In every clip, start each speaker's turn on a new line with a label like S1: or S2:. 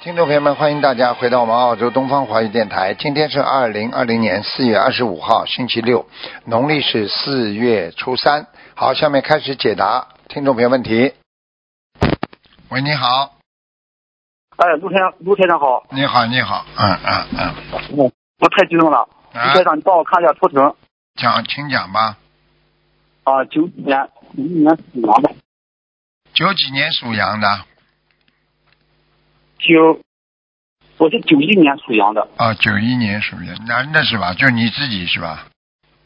S1: 听众朋友们，欢迎大家回到我们澳洲东方华语电台。今天是二零二零年四月二十五号，星期六，农历是四月初三。好，下面开始解答听众朋友问题。喂，你好，
S2: 哎，卢台长，卢台长好，
S1: 你好，你好，嗯嗯嗯，
S2: 我我太激动了，卢
S1: 啊
S2: 台，长，你帮我看一下图腾
S1: 讲，请讲吧。
S2: 啊，九几年，九几年
S1: 九几年属
S2: 属羊的，
S1: 羊的，
S2: 九，我是九一年属羊的，
S1: 啊、九一年属羊，男的是吧？就你自己是吧？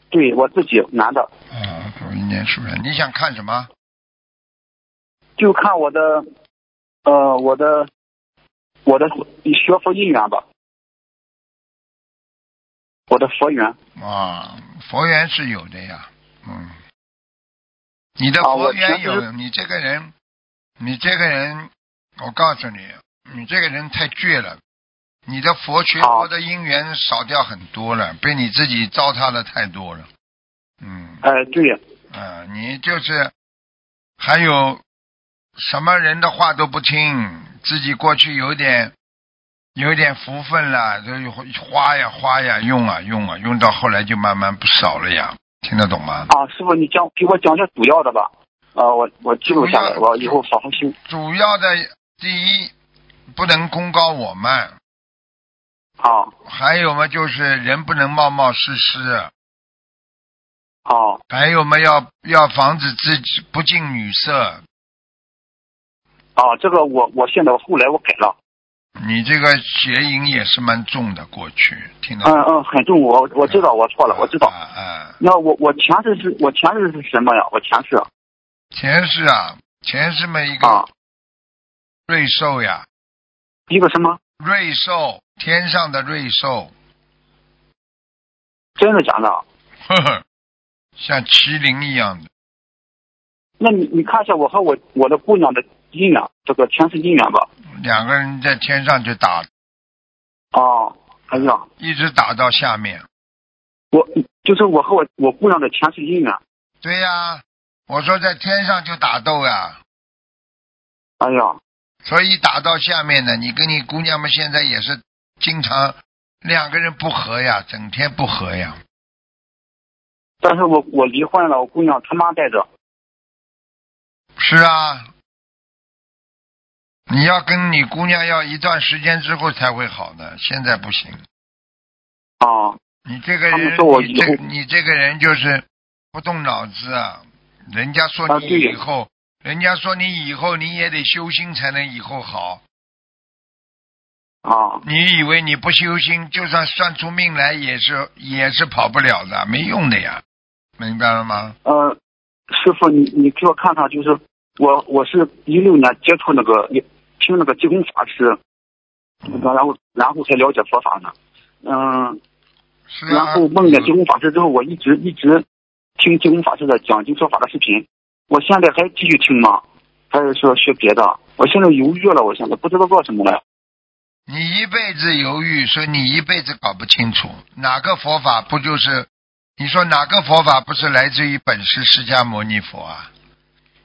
S2: 对我自己男的，
S1: 啊、九一年属羊，你想看什么？
S2: 就看我的，呃，我的，我的学佛姻缘吧，我的佛缘
S1: 啊，佛缘是有的呀，嗯，你的
S2: 啊
S1: 佛
S2: 我平
S1: 缘
S2: 时
S1: 有，你这个人，你这个人，我告诉你，你这个人太倔了，你的佛学
S2: 好
S1: 佛的因缘少掉很多了，被你自己糟蹋的太多了，嗯
S2: 哎、对，
S1: 啊，你就是还有什么人的话都不听，自己过去有点有点福分了，就花呀花呀用啊用啊，用到后来就慢慢不少了呀，听得懂吗？
S2: 啊，师傅你讲给我讲下主要的吧，啊，我我记录下来，
S1: 主要
S2: 我以后好好修，
S1: 主要的第一不能功高我慢，
S2: 啊
S1: 还有嘛就是人不能冒冒失失，
S2: 啊
S1: 还有嘛要要防止自己不近女色。
S2: 啊，这个我我现在后来我改了。
S1: 你这个邪淫也是蛮重的，过去听得懂
S2: 嗯嗯，很重，我我知道我错了，我知道
S1: 啊。啊，
S2: 那我我前世是我前世是什么呀？我前世
S1: 前世啊，前世嘛一个
S2: 啊，
S1: 瑞兽呀，
S2: 一个什么？
S1: 瑞兽，天上的瑞兽，
S2: 真的啊假的？
S1: 呵呵，像麒麟一样的。
S2: 那你你看一下我和我我的姑娘的姻缘，这个前世姻缘吧。
S1: 两个人在天上就打，
S2: 哦，哎呀，
S1: 一直打到下面。
S2: 我就是我和我我姑娘的前世姻缘。
S1: 对呀、我说在天上就打斗呀、
S2: 哎呀，
S1: 所以打到下面呢，你跟你姑娘们现在也是经常两个人不和呀，整天不和呀。
S2: 但是我我离婚了，我姑娘他妈带着。
S1: 是啊，你要跟你姑娘要一段时间之后才会好的，现在不行。
S2: 啊
S1: 你这个
S2: 他们
S1: 人，
S2: 说我
S1: 你
S2: 以后
S1: 这你这个人就是不动脑子啊！人家说
S2: 啊
S1: 你
S2: 对
S1: 以后，人家说你以后你也得修心才能以后好。
S2: 啊
S1: 你以为你不修心，就算算出命来也是也是跑不了的，没用的呀，明白了吗？
S2: 呃，师傅你你给我看看，就是我我是一六年接触那个听那个济公法师，然后然后才了解佛法呢。嗯，
S1: 是啊。
S2: 然后梦见济公法师之后，我一直一直听济公法师的讲经说法的视频。我现在还继续听吗？还是说学别的？我现在犹豫了，我现在不知道做什么了。
S1: 你一辈子犹豫，所以你一辈子搞不清楚哪个佛法不就是？你说哪个佛法不是来自于本师释迦牟尼佛啊？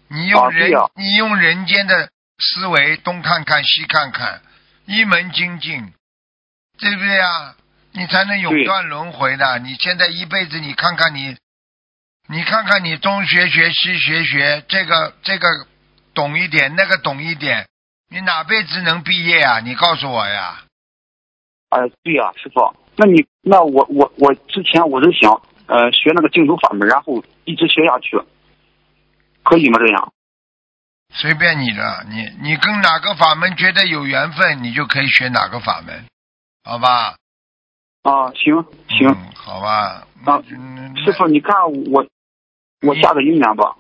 S1: 你用
S2: 啊
S1: 人、
S2: 对啊
S1: 你用人间的思维东看看西看看，一门精进，对不对啊？你才能永
S2: 对
S1: 断轮回的。你现在一辈子，你看看你，你看看你东学学西学学，这个这个懂一点，那个懂一点，你哪辈子能毕业啊？你告诉我呀。
S2: 哎，对呀、师傅，那你那我我我之前我是想呃学那个净土法门，然后一直学下去，可以吗？这样
S1: 随便你的，你你跟哪个法门觉得有缘分，你就可以学哪个法门，好吧？
S2: 啊，行行，
S1: 嗯好吧。
S2: 啊
S1: 嗯
S2: 师傅，你看我我下个姻缘吧。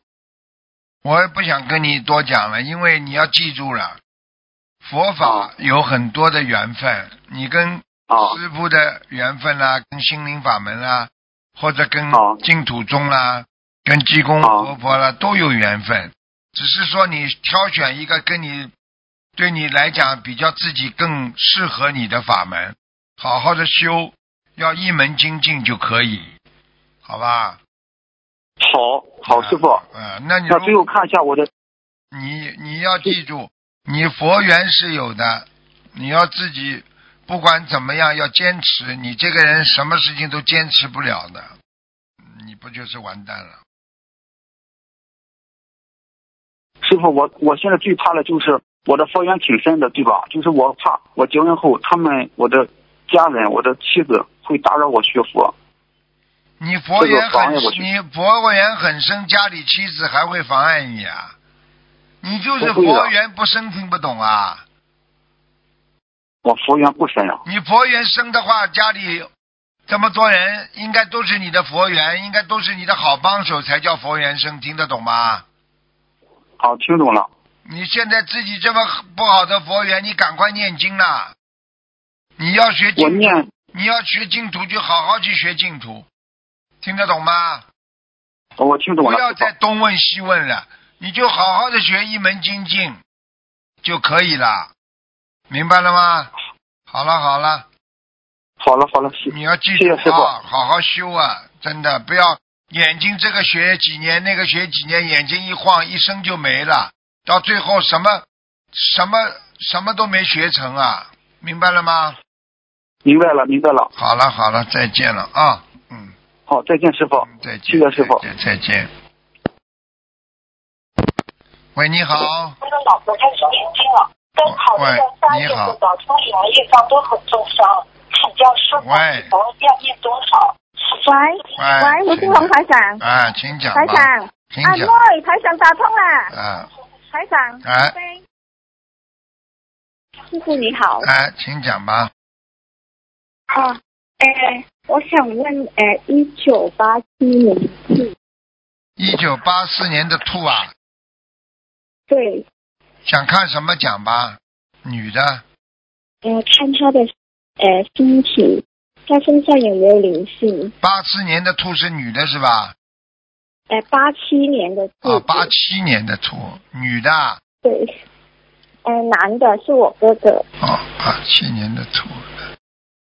S1: 我也不想跟你多讲了，因为你要记住了，佛法
S2: 啊
S1: 有很多的缘分，你跟
S2: 啊
S1: 师傅的缘分啦、跟心灵法门啦、或者跟
S2: 啊
S1: 净土宗啦、跟济公
S2: 啊
S1: 活佛啦、都有缘分，只是说你挑选一个跟你对你来讲比较自己更适合你的法门，好好的修，要一门精进就可以，好吧？
S2: 好好，哦师傅，
S1: 嗯、那你
S2: 那
S1: 如
S2: 最后看一下我的
S1: 你你要记住，你佛缘是有的，你要自己不管怎么样要坚持，你这个人什么事情都坚持不了的，你不就是完蛋了？
S2: 师傅，我我现在最怕的就是我的佛缘挺深的，对吧？就是我怕我结婚后，他们我的家人、我的妻子会打扰我学佛。
S1: 你佛缘很
S2: 这个妨碍我，去
S1: 你佛缘很深，家里妻子还会妨碍你啊？你就是
S2: 不会的啊
S1: 佛缘不深，听不懂啊？
S2: 我佛缘不深啊，
S1: 你佛缘深的话，家里这么多人，应该都是你的佛缘，应该都是你的好帮手，才叫佛缘深，听得懂吗？
S2: 好，听懂了。
S1: 你现在自己这么不好的佛缘，你赶快念经啦！你要学
S2: 我
S1: 净，
S2: 念
S1: 你要学净土就好好去学净土，听得懂吗？
S2: 我听懂
S1: 不
S2: 了，
S1: 要
S2: 师
S1: 再东问西问了，你就好好的学一门精进就可以了，明白了吗？好了好了，
S2: 傅好了好了，谢
S1: 你要记
S2: 谢
S1: 住
S2: 谢师傅
S1: 啊，好好修啊，真的不要眼睛这个学几年，那个学几年，眼睛一晃一生就没了，到最后什么什么什么都没学成啊，明白了吗？
S2: 明白了明白了。
S1: 好了好了，再见了啊，嗯。
S2: 好，再见，师傅。
S1: 嗯再见，
S2: 谢谢师傅
S1: 再见再见。喂，你好，
S3: 他的老婆开始念经了，但考虑到
S1: 喂
S3: 三
S1: 你
S3: 月
S1: 好
S3: 份的冲突和业障都很重伤，请教师傅
S1: 喂
S3: 礼佛要念多少？
S4: 喂
S1: 喂，
S4: 喂，我是
S1: 请
S4: 黄台长，
S1: 啊，请讲吧，
S4: 台长，
S1: 请
S4: 啊，
S1: 讲，
S4: 对，台长打通啦，
S1: 啊，
S4: 台长，
S1: 哎
S4: 师傅你好，
S1: 哎，请讲吧，
S4: 啊，哎，我想问，哎，一九八七年是，
S1: 一九八四年的兔啊，
S4: 对，
S1: 想看什么讲吧，女的，
S4: 呃，看他的，呃，心情，他身上有没有灵性？
S1: 八四年的兔是女的是吧？
S4: 哎，八七年的兔
S1: 啊，
S4: 子，
S1: 八七年的兔，女的，
S4: 对，呃，男的是我哥哥，
S1: 哦，八七年的兔，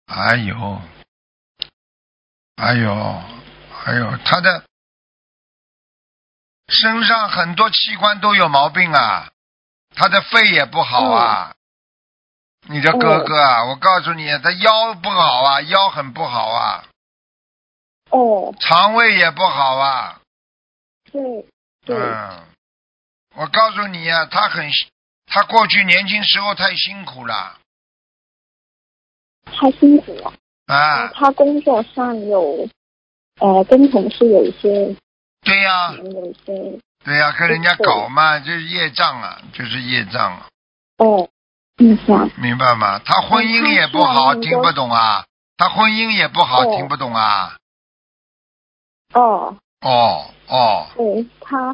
S1: 哎呦，哎呦，哎呦，他的身上很多器官都有毛病啊，他的肺也不好啊。你的哥哥啊，我告诉你，他腰不好啊，腰很不好啊，
S4: 哦，
S1: 肠胃也不好啊。
S4: 对，对，
S1: 嗯，我告诉你啊，他很，他过去年轻时候太辛苦了
S4: 他辛苦了。
S1: 啊。
S4: 他工作上有，呃，跟同事有一些，
S1: 对呀、
S4: 有一些，
S1: 对呀、跟人家
S4: 对
S1: 搞嘛，就是业障啊，就是业障、啊，
S4: 哦，印象，
S1: 明白吗？他婚姻也不好，
S4: 嗯他是啊
S1: 听不懂啊。他婚姻也不好，
S4: 对
S1: 听不懂啊。
S4: 哦，
S1: 哦哦，
S4: 对他，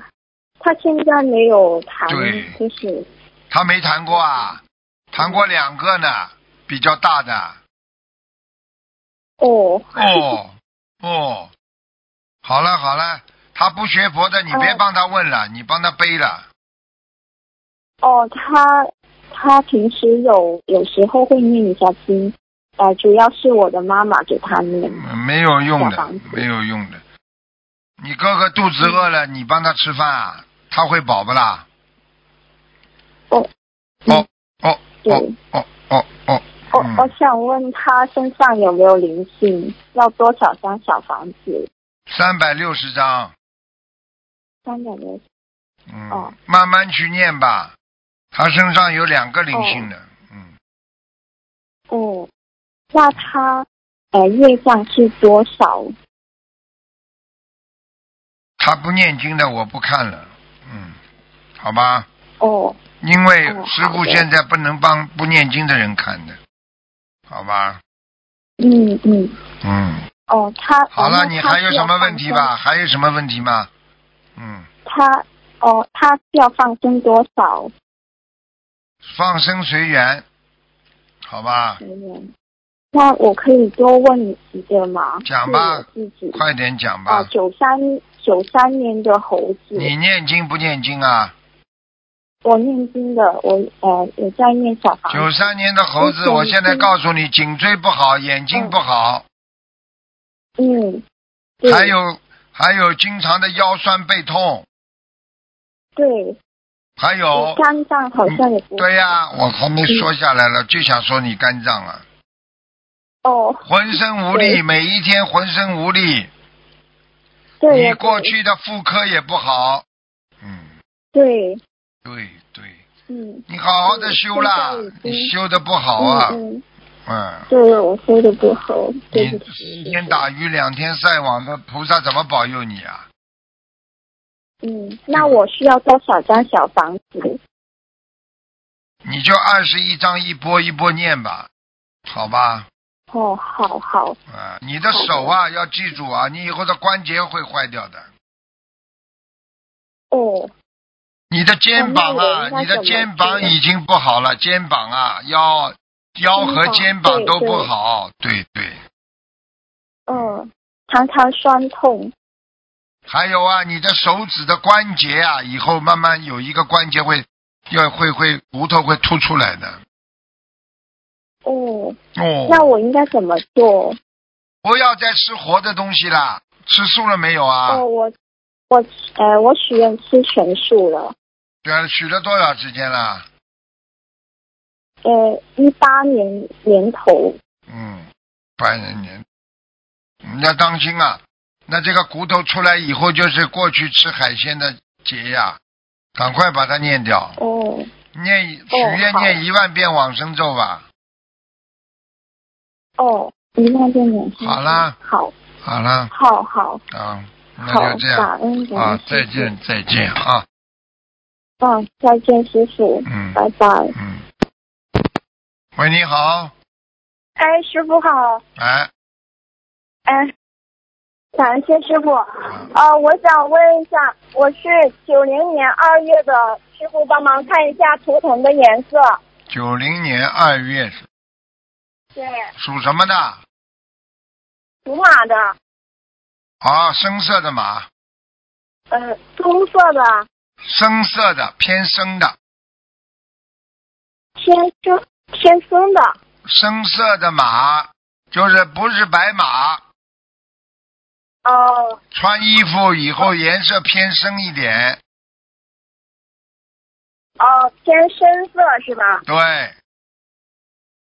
S4: 他现在没有谈
S1: 对，
S4: 就是，
S1: 他没谈过啊，谈过两个呢，比较大的。
S4: 哦，
S1: 哦哦，好了好了，他不学佛的，你别
S4: 哦
S1: 帮他问了，你帮他背了。
S4: 哦，他，他平时有有时候会念一下经，呃，主要是我的妈妈给他念，
S1: 嗯没有用
S4: 小
S1: 的
S4: 房子，
S1: 没有用的。你哥哥肚子饿
S4: 嗯
S1: 了，你帮他吃饭啊，他会饱不啦？
S4: 哦，
S1: 哦哦
S4: 对，
S1: 哦哦哦哦，
S4: 我
S1: 嗯
S4: 我想问他身上有没有灵性，要多少张小房子？
S1: 三百六十张，
S4: 三百多，
S1: 嗯，
S4: 哦
S1: 慢慢去念吧。他身上有两个灵性的，嗯，
S4: 哦，那他呃业障是多少？
S1: 他不念经的我不看了，嗯，好吧，
S4: 哦
S1: 因为
S4: 哦
S1: 师傅
S4: 好的
S1: 现在不能帮不念经的人看的，好吧，，
S4: 嗯嗯，
S1: 嗯，
S4: 哦，他
S1: 好了，
S4: 那
S1: 你
S4: 他
S1: 还有
S4: 需要
S1: 什么问题
S4: 放
S1: 吧？还有什么问题吗？嗯，
S4: 生？他哦，他需要放生多少
S1: 放生随缘，好吧，
S4: 学员？嗯那我可以多问几个吗？
S1: 讲吧
S4: 是我自己
S1: 快点讲吧。
S4: 啊，九三九三年的猴子，
S1: 你念经不念经啊？
S4: 我念经的，我呃有在念小房
S1: 九
S4: 子。
S1: 三年的猴子，
S4: 我
S1: 我
S4: 眼
S1: 现在
S4: 睛
S1: 告诉你，颈椎不好，眼睛不好，
S4: 嗯，对
S1: 还有还有经常的腰酸背痛，
S4: 对
S1: 还有，
S5: 肝脏好像也不
S1: 哦嗯对呀、我还没说下来了，就想说你肝脏啊，
S5: 哦，
S1: 浑身无力，
S5: 对
S1: 每一天浑身无力，
S5: 对
S1: 你
S5: 呀，
S1: 过去的妇科也不好，嗯，
S5: 对，
S1: 对对，
S5: 嗯，
S1: 你好好的修啦
S5: 嗯现在，已经
S1: 你修的不好啊，
S5: 嗯嗯，
S1: 嗯，
S5: 对我修的不好，对
S1: 你
S5: 不起，
S1: 一天打鱼两天晒网，那菩萨怎么保佑你啊？
S5: 嗯，那我需要多少张小房子？
S1: 你就二十一章一波一波念吧，好吧？
S5: 哦，好好，
S1: 啊，你的手啊要记住啊，你以后的关节会坏掉的。
S5: 哦，
S1: 你的肩膀啊
S5: 哦，那我应该
S1: 你的
S5: 怎么
S1: 肩膀
S5: 做
S1: 已经不好了，肩膀啊，腰、腰和肩
S5: 肩
S1: 膀
S5: 膀
S1: 都不
S5: 对
S1: 好，对对。
S5: 嗯，常常酸痛，
S1: 还有啊，你的手指的关节啊，以后慢慢有一个关节会，要会会骨头会凸出来的。
S5: 哦，
S1: 哦，
S5: 那我应该怎么做？
S1: 不要再吃活的东西啦，吃素了没有啊？
S5: 哦，我我呃，我许愿吃全素了，
S1: 许许了多少时间了？
S5: 呃，一八年年头，
S1: 嗯，白人年，你要当心啊！那这个骨头出来以后，就是过去吃海鲜的结呀、赶快把它念掉，
S5: 哦，
S1: 念一许愿
S5: 好
S1: 念一万遍往生咒吧。
S5: 哦，一万遍年头，
S1: 好啦，
S5: 好，
S1: 好了，
S5: 好好
S1: 啊，那
S5: 好
S1: 就这，
S5: 感
S1: 样
S5: 恩感
S1: 啊
S5: 恩，
S1: 再
S5: 师父，
S1: 见，再见啊，
S5: 嗯，再见，师傅，
S1: 嗯
S5: 拜拜。
S1: 嗯。喂，你好，
S4: 哎，师傅好，
S1: 哎，
S4: 哎，感谢师傅。
S1: 啊
S4: 呃，我想问一下，我是九零年二月的，师傅帮忙看一下图腾的颜色。
S1: 九零年二月
S4: 对，
S1: 属什么的？
S4: 属马的，
S1: 啊，深色的马，
S4: 呃，棕色的，
S1: 深色的偏深的，
S4: 偏深偏深的。
S1: 深色的马，就是不是白马，
S4: 哦、
S1: 穿衣服以后颜色偏深一点。
S4: 哦、偏深色是吧？
S1: 对，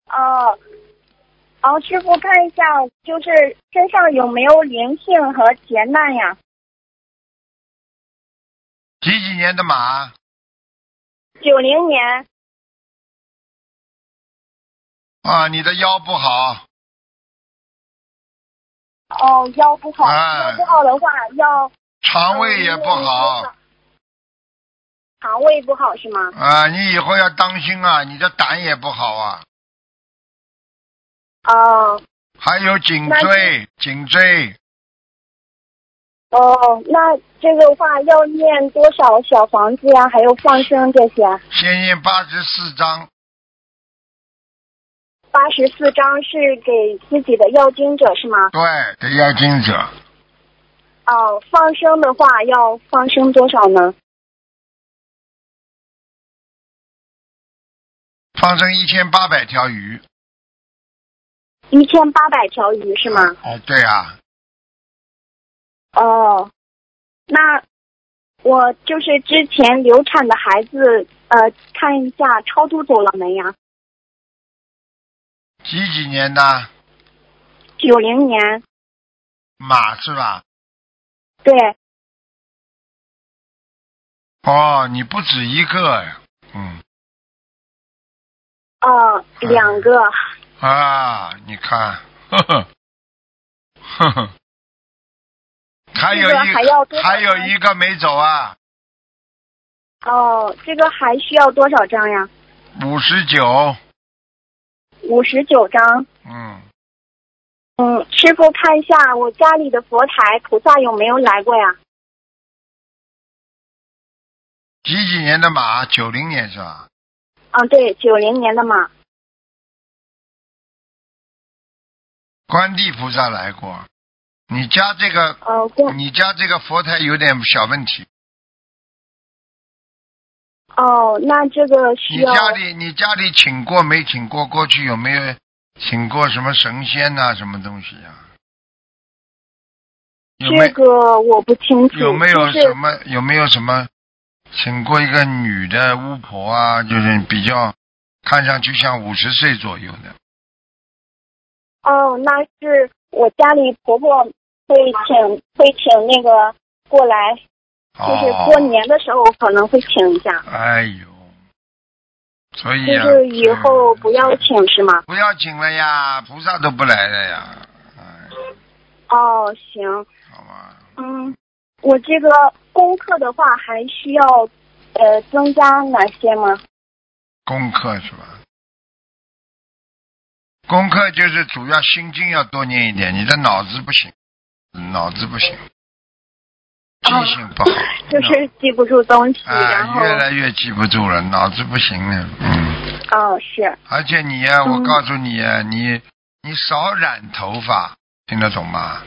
S4: 哦、哦、师傅看一下，就是身上有没有灵性和劫难呀？
S1: 几几年的马？
S4: 九零年，
S1: 啊，你的腰不好，
S4: 哦，腰不好，
S1: 哎
S4: 腰不好的话要嗯
S1: 肠胃也不好，，
S4: 肠胃不好是吗？
S1: 啊，你以后要当心啊，你的胆也不好啊，
S4: 哦
S1: 还有颈
S4: 那
S1: 椎，颈椎
S4: 哦，那这个话要念多少小房子呀？还有放生这些？
S1: 先念八十四章，
S4: 八十四章是给自己的要经者是吗？
S1: 对，给要经者，
S4: 哦，放生的话要放生多少呢？
S1: 放生一千八百条鱼，
S4: 一千八百条鱼是吗？
S1: 哦，对啊，
S4: 哦，那我就是之前流产的孩子，呃，看一下超度走了没呀？
S1: 几几年的
S4: 九零年，
S1: 马是吧？
S4: 对，
S1: 哦，你不止一个呀，嗯
S4: 哦，两个，
S1: 啊，你看，呵呵，呵呵，还有
S4: 这个
S1: 一
S4: 还要多少
S1: 还有一个没走啊，
S4: 哦，这个还需要多少张呀？
S1: 五十九，
S4: 五十九张。
S1: 嗯，
S4: 嗯，师傅看一下我家里的佛台菩萨有没有来过呀？
S1: 几几年的马？九零年是吧？
S4: 嗯，对，九零年的嘛。
S1: 观地菩萨来过，你家这个
S4: 呃，过
S1: 你家这个佛台有点小问题，
S4: 哦，那这个需
S1: 你
S4: 要
S1: 家里你家里请过没请过？过去有没有请过什么神仙呐、什么东西啊呀、有没
S4: 这个我不清楚，
S1: 有没有
S4: 就是
S1: 什么有没有什么请过一个女的巫婆啊，就是比较看上去像五十岁左右的。
S4: 哦，那是我家里婆婆会请会请那个过来，就
S1: 哦
S4: 是过。年的时候可能会请一下，
S1: 哎呦，所以、
S4: 就
S1: 啊、
S4: 是以后不要请是吗？
S1: 不要请了呀，菩萨都不来了呀，哎，
S4: 哦，行，
S1: 好吧，
S4: 嗯，我这个功课的话还需要呃增加哪些吗？
S1: 功课是吧？功课就是主要心经要多念一点，你的脑子不行，脑子不行，记性不好，
S4: 哦就是记不住东西，然
S1: 啊，
S4: 后
S1: 越来越记不住了，脑子不行了，嗯。
S4: 哦是
S1: 而且你呀、我
S4: 嗯
S1: 告诉你呀、你你少染头发，听得懂吗？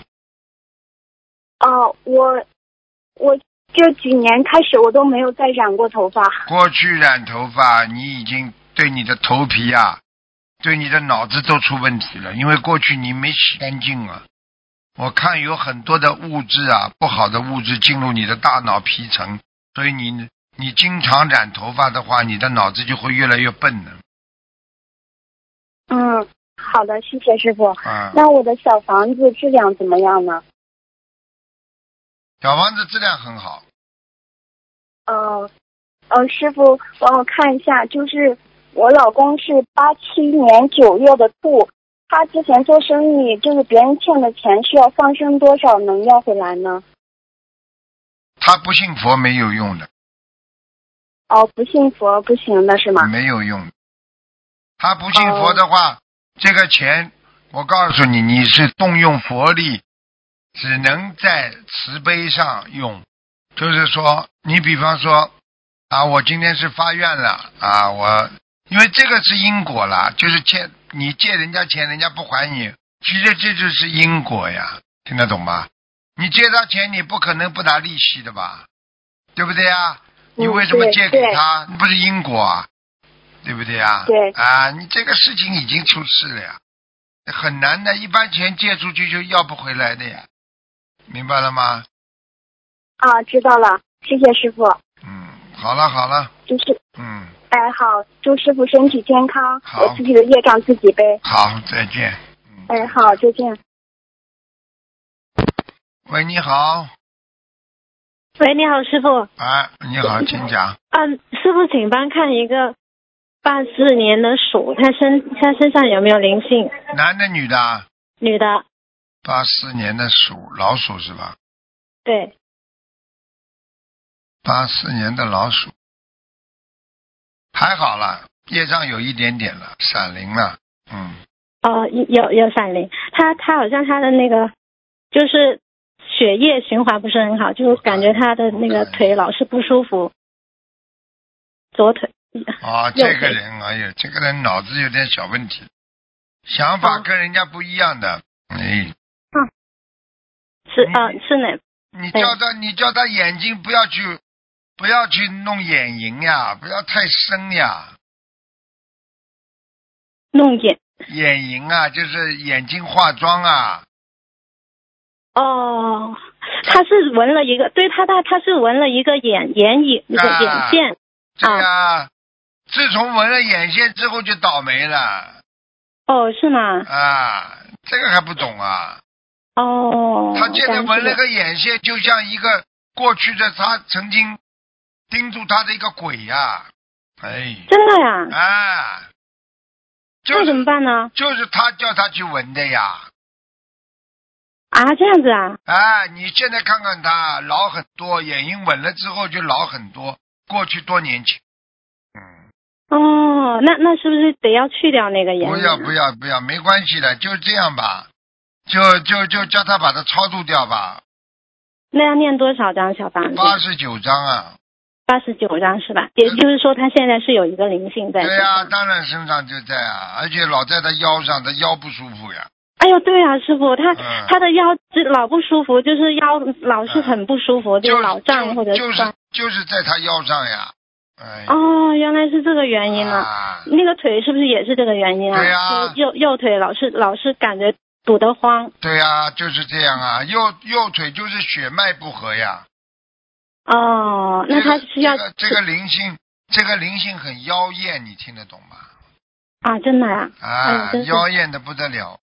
S4: 哦我我这几年开始我都没有再染过头发，
S1: 过去染头发，你已经对你的头皮呀、对你的脑子都出问题了，因为过去你没洗干净啊。我看有很多的物质啊，不好的物质进入你的大脑皮层，所以你你经常染头发的话，你的脑子就会越来越笨的
S4: 嗯，好的，谢谢师傅。
S1: 啊。
S4: 那我的小房子质量怎么样呢？
S1: 小房子质量很好，
S4: 呃，呃，师傅帮我看一下，就是我老公是八七年九月的兔，他之前做生意，就是别人欠的钱需要放生多少能要回来呢？
S1: 他不信佛没有用的。
S4: 哦，不信佛不行的是吗？哦
S1: 没有用的。他不信佛的话，这个钱，我告诉你，你是动用佛力，只能在慈悲上用。就是说，你比方说，啊，我今天是发愿了啊，我因为这个是因果啦，就是欠你借人家钱，人家不还你，其实这就是因果呀，听得懂吗？你借他钱，你不可能不拿利息的吧？对不对啊？你为什么
S4: 嗯对
S1: 借给
S4: 对
S1: 他？不是因果啊，对不对啊？
S4: 对
S1: 啊，你这个事情已经出事了呀，很难的。一般钱借出去就要不回来的呀，明白了吗？
S4: 啊，知道了，谢谢师傅。
S1: 嗯，好了好了，
S4: 就是，
S1: 嗯，
S4: 哎，好，祝师傅身体健康，
S1: 好
S4: 我自己的业障自己背。
S1: 好，再见。嗯
S4: 哎，好，再见。
S1: 喂，你好，
S6: 喂，你好，师傅。
S1: 哎，你好，请讲。
S6: 嗯，师傅，请帮看一个八四年的鼠，他身他身上有没有灵性？
S1: 男的女的啊？
S6: 女的，
S1: 八四年的鼠，老鼠是吧？
S6: 对，
S1: 八四年的老鼠，还好啦，业障有一点点了，闪灵了。嗯，
S6: 哦，有有闪灵。他他好像他的那个就是血液循环不是很好，就感觉他的那个腿老是不舒服，左腿。
S1: 啊，
S6: 有
S1: 这个
S6: 谁
S1: 人，哎呀，这个人脑子有点小问题，想法
S6: 哦
S1: 跟人家不一样的。哎，
S6: 是呃是哪？
S1: 你
S6: 对
S1: 叫他，你叫他眼睛不要去，不要去弄眼影呀，不要太深呀。
S6: 弄眼
S1: 眼影啊，就是眼睛化妆啊，
S6: 哦，他是纹了一个，对他他他是纹了一个眼眼影那个眼
S1: 啊
S6: 线
S1: 对呀、啊
S6: 啊
S1: 自从纹了眼线之后就倒霉了
S6: 哦，是吗？
S1: 啊，这个还不懂啊？
S6: 哦，
S1: 他现在
S6: 感
S1: 纹
S6: 谢
S1: 了个眼线，就像一个过去的他曾经盯住他的一个鬼呀、哎，
S6: 真的呀？
S1: 啊，就
S6: 那
S1: 是
S6: 怎么办呢？
S1: 就是他叫他去纹的呀，
S6: 啊，这样子啊？
S1: 啊，你现在看看他老很多，眼影纹了之后就老很多，过去多年轻，嗯。
S6: 哦，那那是不是得要去掉那个眼影？
S1: 不要不。要不要，没关系的，就这样吧，就就就叫他把它超度掉吧，
S6: 那要念多少张小房子？
S1: 八十九章啊，
S6: 八十九张是吧？也就是说，他现在是有一个灵性在。
S1: 对呀、
S6: 是吧
S1: 当然身上就在啊，而且老在他腰上，他腰不舒服呀，
S6: 哎呦，对啊，师傅，他、
S1: 嗯
S6: 他的腰这老不舒服，就是腰老是
S1: 嗯
S6: 很不舒服，
S1: 就是
S6: 老胀或者
S1: 就就是
S6: 酸。
S1: 就是在他腰上呀，哎，
S6: 哦，原来是这个原因啊！
S1: 啊
S6: 那个腿是不是也是这个原因啊？
S1: 对呀
S6: 右右右腿老是老是感觉堵得慌。
S1: 对呀、就是这样啊，右右腿就是血脉不和呀，
S6: 哦，那他需要
S1: 这个这个灵性，这个灵性很妖艳，你听得懂吗？
S6: 啊，真的啊，
S1: 啊，
S6: 哎真是
S1: 妖艳的不得了。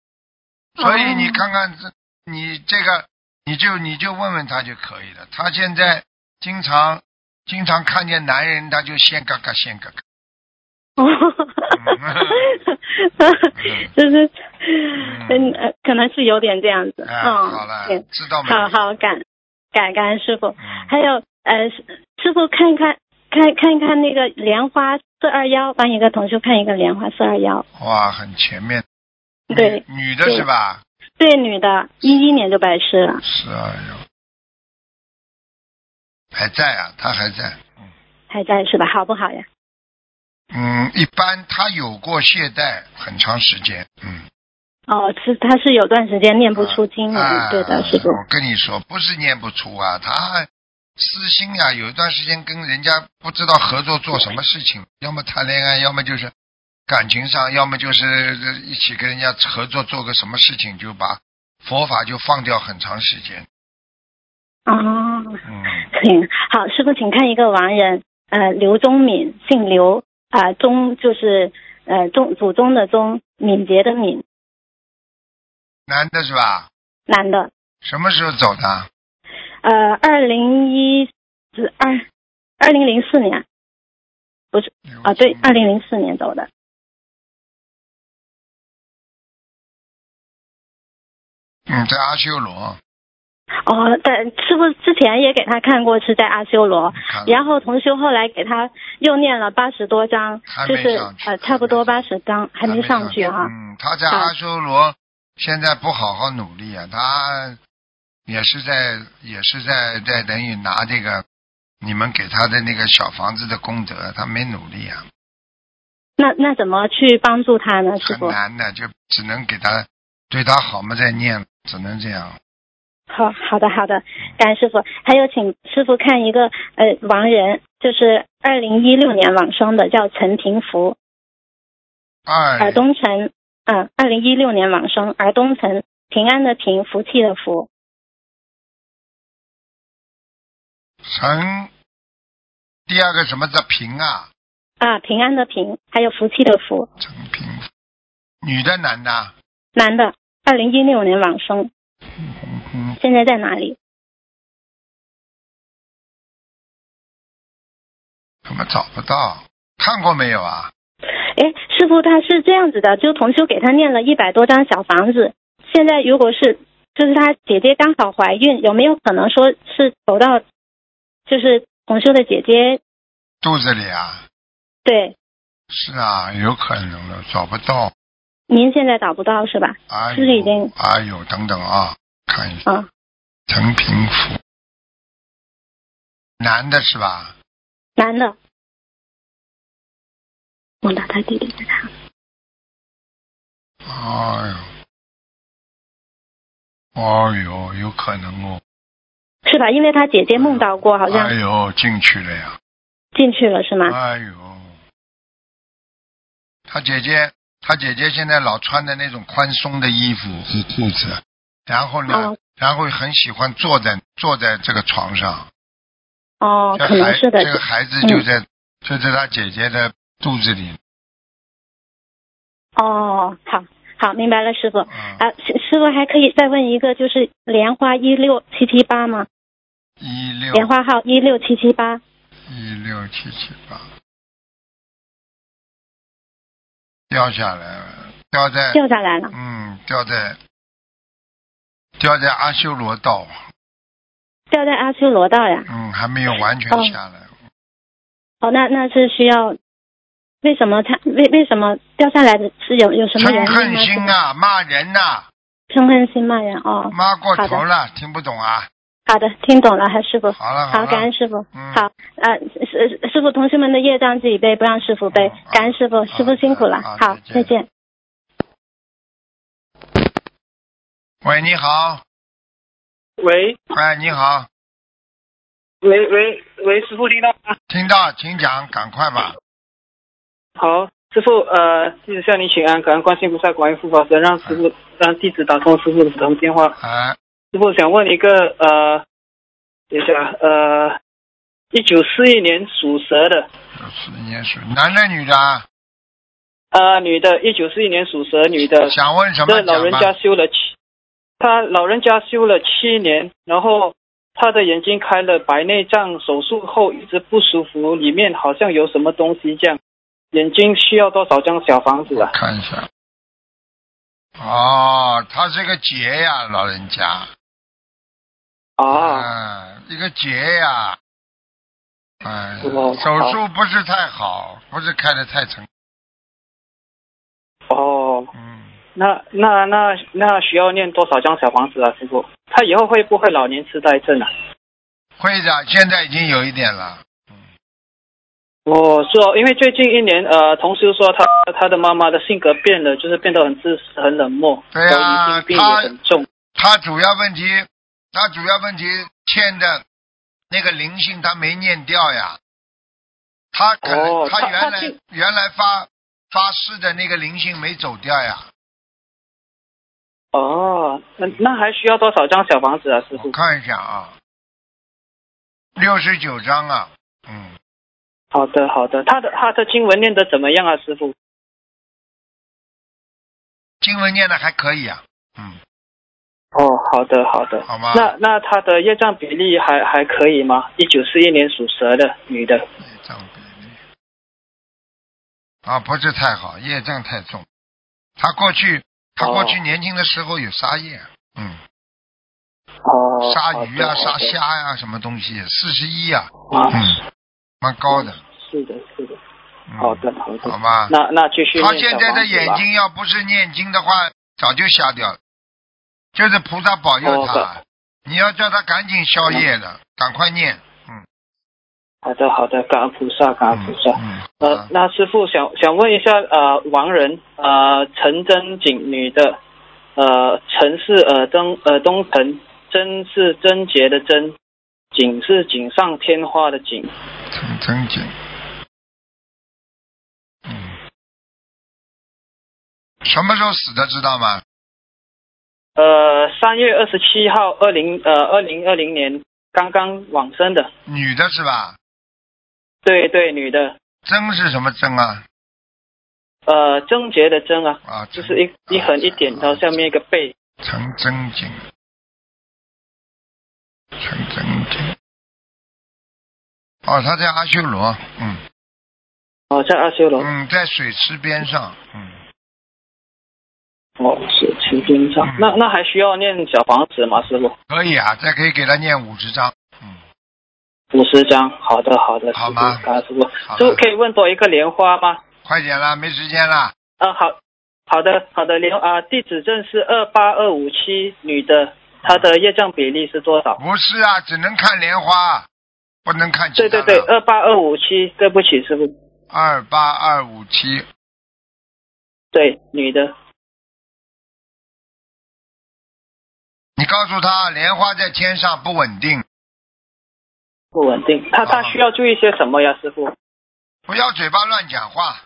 S1: 所以你
S6: 哦
S1: 看看这，你这个，你就你就问问他就可以了。他现在经常经常看见男人，他就先嘎嘎先嘎嘎。
S6: 哦， 就是，
S1: 嗯
S6: 嗯，呃可能是有点这样子，
S1: 哎，
S6: 嗯，
S1: 好了
S6: 对，
S1: 知道没？
S6: 好好感感感恩师傅，
S1: 嗯，
S6: 还有呃，师师傅看一看看看一看那个莲花四二幺，帮一个同学看一个莲花四二幺，
S1: 哇，很前面。
S6: 对
S1: 女，女的
S6: 对
S1: 是吧？
S6: 对，女的，一一年就拜师了，
S1: 是啊，有。还在啊，他还在。
S6: 还在是吧？好不好呀？
S1: 嗯，一般他有过懈怠很长时间，嗯，
S6: 哦，是他是有段时间念不出经文，
S1: 啊
S6: 对的，师傅。
S1: 我跟你说，不是念不出啊，他私心啊，有一段时间跟人家不知道合作做什么事情，要么谈恋爱，要么就是感情上，要么就是呃一起跟人家合作做个什么事情，就把佛法就放掉很长时间，
S6: 哦，
S1: 嗯，
S6: 请好，师傅，请看一个亡人，呃，刘宗敏，姓刘，啊、宗就是呃宗祖宗的宗，敏捷的敏，
S1: 男的是吧？
S6: 男的，
S1: 什么时候走的？
S6: 呃，二零一二二零零四年啊，对，二零零四年走的，
S1: 嗯，在阿修罗，
S6: 哦，但师傅之前也给他看过是在阿修罗，
S1: 你看
S6: 然后同修后来给他又念了八十多章
S1: 还，
S6: 就
S1: 没
S6: 是
S1: 上去
S6: 呃差不多八十章，还没上去啊哈、
S1: 嗯，他在阿修罗现在不好好努力啊，他也是在也是在在等于拿这个你们给他的那个小房子的功德，他没努力啊，
S6: 那那怎么去帮助他呢，师
S1: 很
S6: 傅？
S1: 难的，就只能给他对他好嘛再念，只能这样。
S6: 好好的好的，感恩师傅。还有，请师傅看一个呃亡人，就是二零一六年往生的，叫陈平福，
S1: 二
S6: 尔哎东城，嗯，二零一六年往生，尔东城，平安的平，福气的福，
S1: 陈第二个什么叫平啊？
S6: 啊，平安的平，还有福气的福，
S1: 陈平，女的男的啊？
S6: 男的，二零一六年往生，
S1: 嗯，
S6: 现在在哪里？
S1: 怎么找不到？看过没有啊？
S6: 哎，师傅他是这样子的，就同修给他念了一百多张小房子，现在如果是就是他姐姐刚好怀孕，有没有可能说是投到就是同修的姐姐？
S1: 肚子里啊？
S6: 对，
S1: 是啊，有可能的，找不到。
S6: 您现在找不到是吧？
S1: 哎
S6: 是不是已经
S1: 呦，哎呦，等等啊，看一下，
S6: 啊，
S1: 陈平福，男的是吧？
S6: 男的。我拿他弟弟给他。
S1: 哎呦，哎呦，有可能哦。
S6: 是吧？因为他姐姐梦到过，好
S1: 哎
S6: 像啊
S1: 呦，进去了呀！
S6: 进去了是吗？
S1: 哎呦，他姐姐，他姐姐现在老穿的那种宽松的衣服和裤子，然后呢，
S6: 哦
S1: 然后很喜欢坐在坐在这个床上。
S6: 哦，
S1: 这
S6: 可能
S1: 孩
S6: 是的嗯
S1: 这。个孩子就在、就在他姐姐的肚子里。
S6: 哦，好，好，明白了，师傅。
S1: 嗯，
S6: 啊，师师傅还可以再问一个，就是莲花一六七七八吗？
S1: 一六
S6: 莲花号一六七七八。
S1: 一六七七八掉下来了，掉在
S6: 掉下来了。
S1: 嗯掉在掉在阿修罗道，
S6: 掉在阿修罗道呀。
S1: 嗯还没有完全
S6: 哦
S1: 下来。
S6: 哦，那那是需要，为什么他为为什么掉下来的是有有什么原
S1: 嗔
S6: 因吗？
S1: 恨心啊，骂人呐、
S6: 嗔恨心骂人哦。
S1: 骂过
S6: 好的
S1: 头了，听不懂啊？
S6: 好的，听懂了，还师傅。
S1: 好了
S6: 好，
S1: 了，
S6: 感恩师傅。
S1: 啊嗯
S6: 好，呃，师师师傅，同学们的业障自己背，不让师傅背
S1: 嗯。
S6: 感恩师傅，师傅辛苦了。
S1: 好
S6: 好，
S1: 再见
S6: 再见。
S1: 喂，你好，
S7: 喂
S1: 哎，你好，
S7: 喂喂喂，师傅听到吗？
S1: 听到，请讲，赶快吧。
S7: 好，师傅，呃，弟子向您请安，感恩观世音菩萨，广义护法神，让师傅让弟子打通师傅的普通电话。
S1: 哎，
S7: 师傅想问一个，呃，等一下，呃，一九四一年属蛇的，
S1: 四年属男的女的啊？
S7: 啊，女的，一九四一年属蛇女的，
S1: 想问什么
S7: 这呃老
S1: 讲
S7: 人
S1: 吧。
S7: 家修了七，他老人家修了七年，然后他的眼睛开了白内障手术后一直不舒服，里面好像有什么东西这样，眼睛需要多少张小房子啊？
S1: 看一下。哦，他是个结呀，老人家。
S7: 啊，
S1: 嗯，一个结呀。哎，
S7: 哦
S1: 手术不是太好，不是开的太成。
S7: 哦，
S1: 嗯，
S7: 那那那那需要念多少张小房子啊，师傅？他以后会不会老年痴呆症啊？
S1: 会的，现在已经有一点了。
S7: 我说，因为最近一年，呃，同事说他他的妈妈的性格变了，就是变得很自私、很冷漠，
S1: 对啊
S7: 然后疑心病
S1: 他
S7: 也很重。
S1: 他主要问题，他主要问题欠的那个灵性他没念掉呀。他可能、
S7: 哦
S1: 他
S7: 他
S1: 原
S7: 他
S1: 来
S7: 进
S1: 原来发发誓的那个灵性没走掉呀。
S7: 哦，那那还需要多少张小房子啊，师
S1: 我
S7: 傅？
S1: 看一下啊，六十九章啊，嗯，
S7: 好的，好的。他的他的经文念得怎么样啊，师傅？
S1: 经文念的还可以啊，嗯，
S7: 哦，好的，好的。
S1: 好吗？
S7: 那那他的业障比例还还可以吗？一九四一年属蛇的女的。
S1: 业障比例啊，不是太好，业障太重。他过去，他过去
S7: 哦
S1: 年轻的时候有杀业，嗯，
S7: 哦。
S1: 杀鱼啊，
S7: 好的
S1: 杀。虾呀、什么东西，四十一啊，
S7: 好的啊，
S1: 嗯，蛮高的。
S7: 是的，是的。
S1: 嗯、
S7: 好的，，好
S1: 好
S7: 的。
S1: 吧。
S7: 那那继续念
S1: 他
S7: 小
S1: 现
S7: 房
S1: 在的
S7: 子吧
S1: 眼睛要不是念经的话，早就瞎掉了。就是菩萨保佑他，
S7: 哦
S1: 你要叫他赶紧消业的，赶快念。嗯，
S7: 好的，好的，感恩菩萨，感啊恩菩萨。
S1: 嗯，
S7: 呃，
S1: 嗯
S7: 那师傅想想问一下，呃，王仁，呃，陈真景，女的，呃，陈是呃东呃东陈，真是贞洁的贞，景是锦上添花的景，
S1: 陈真景，嗯，什么时候死的知道吗？
S7: 呃，三月二十七号，二零呃二零二零年刚刚往生的，
S1: 女的是吧？
S7: 对对，女的，
S1: 真是什么真啊？
S7: 呃，贞洁的贞啊，
S1: 啊，
S7: 就是一一横一点，然后下面一个贝，
S1: 陈真景，陈真景。哦，他在阿修罗，嗯
S7: 哦，在阿修罗，
S1: 嗯，在水池边上，嗯，
S7: 哦，是青边上
S1: 嗯，
S7: 那那还需要念小房子吗，师傅？
S1: 可以啊，再可以给他念五十章，嗯，
S7: 五十张，好的好的，
S1: 好
S7: 师傅
S1: 吗
S7: 啊，师傅，
S1: 好
S7: 师傅
S1: 了，
S7: 可以问多一个莲花吗？
S1: 快点啦，没时间啦，
S7: 啊，好，好的好的，莲啊，地址证是二八二五七，女的，她的业障比例是多少？
S1: 不是啊，只能看莲花，不能看其
S7: 对
S1: 他
S7: 对
S1: 的。
S7: 对，二八二五七，对不起师傅，
S1: 二八二五七，
S7: 对，女的，
S1: 你告诉他莲花在天上不稳定，
S7: 不稳定，她她
S1: 好
S7: 需要注意些什么呀，师傅？
S1: 不要嘴巴乱讲话，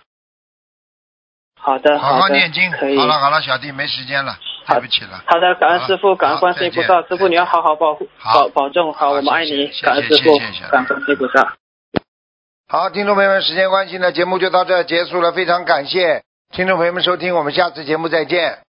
S7: 好的
S1: 好好
S7: 的
S1: 念经。，
S7: 可以。
S1: 好了好了，小弟没时间了，对
S7: 好
S1: 不起了。
S7: 好的，感
S1: 好
S7: 恩师傅，感恩
S1: 好
S7: 观世音菩
S1: 再
S7: 萨，
S1: 见
S7: 师傅你要好好保护
S1: 好
S7: 保保重，好，
S1: 好
S7: 我们爱
S1: 谢
S7: 你
S1: 谢，
S7: 感恩
S1: 谢谢
S7: 师傅
S1: 谢谢，
S7: 感恩观世音菩萨。
S1: 好，听众朋友们，时间关系呢，节目就到这儿结束了，非常感谢听众朋友们收听，我们下次节目再见。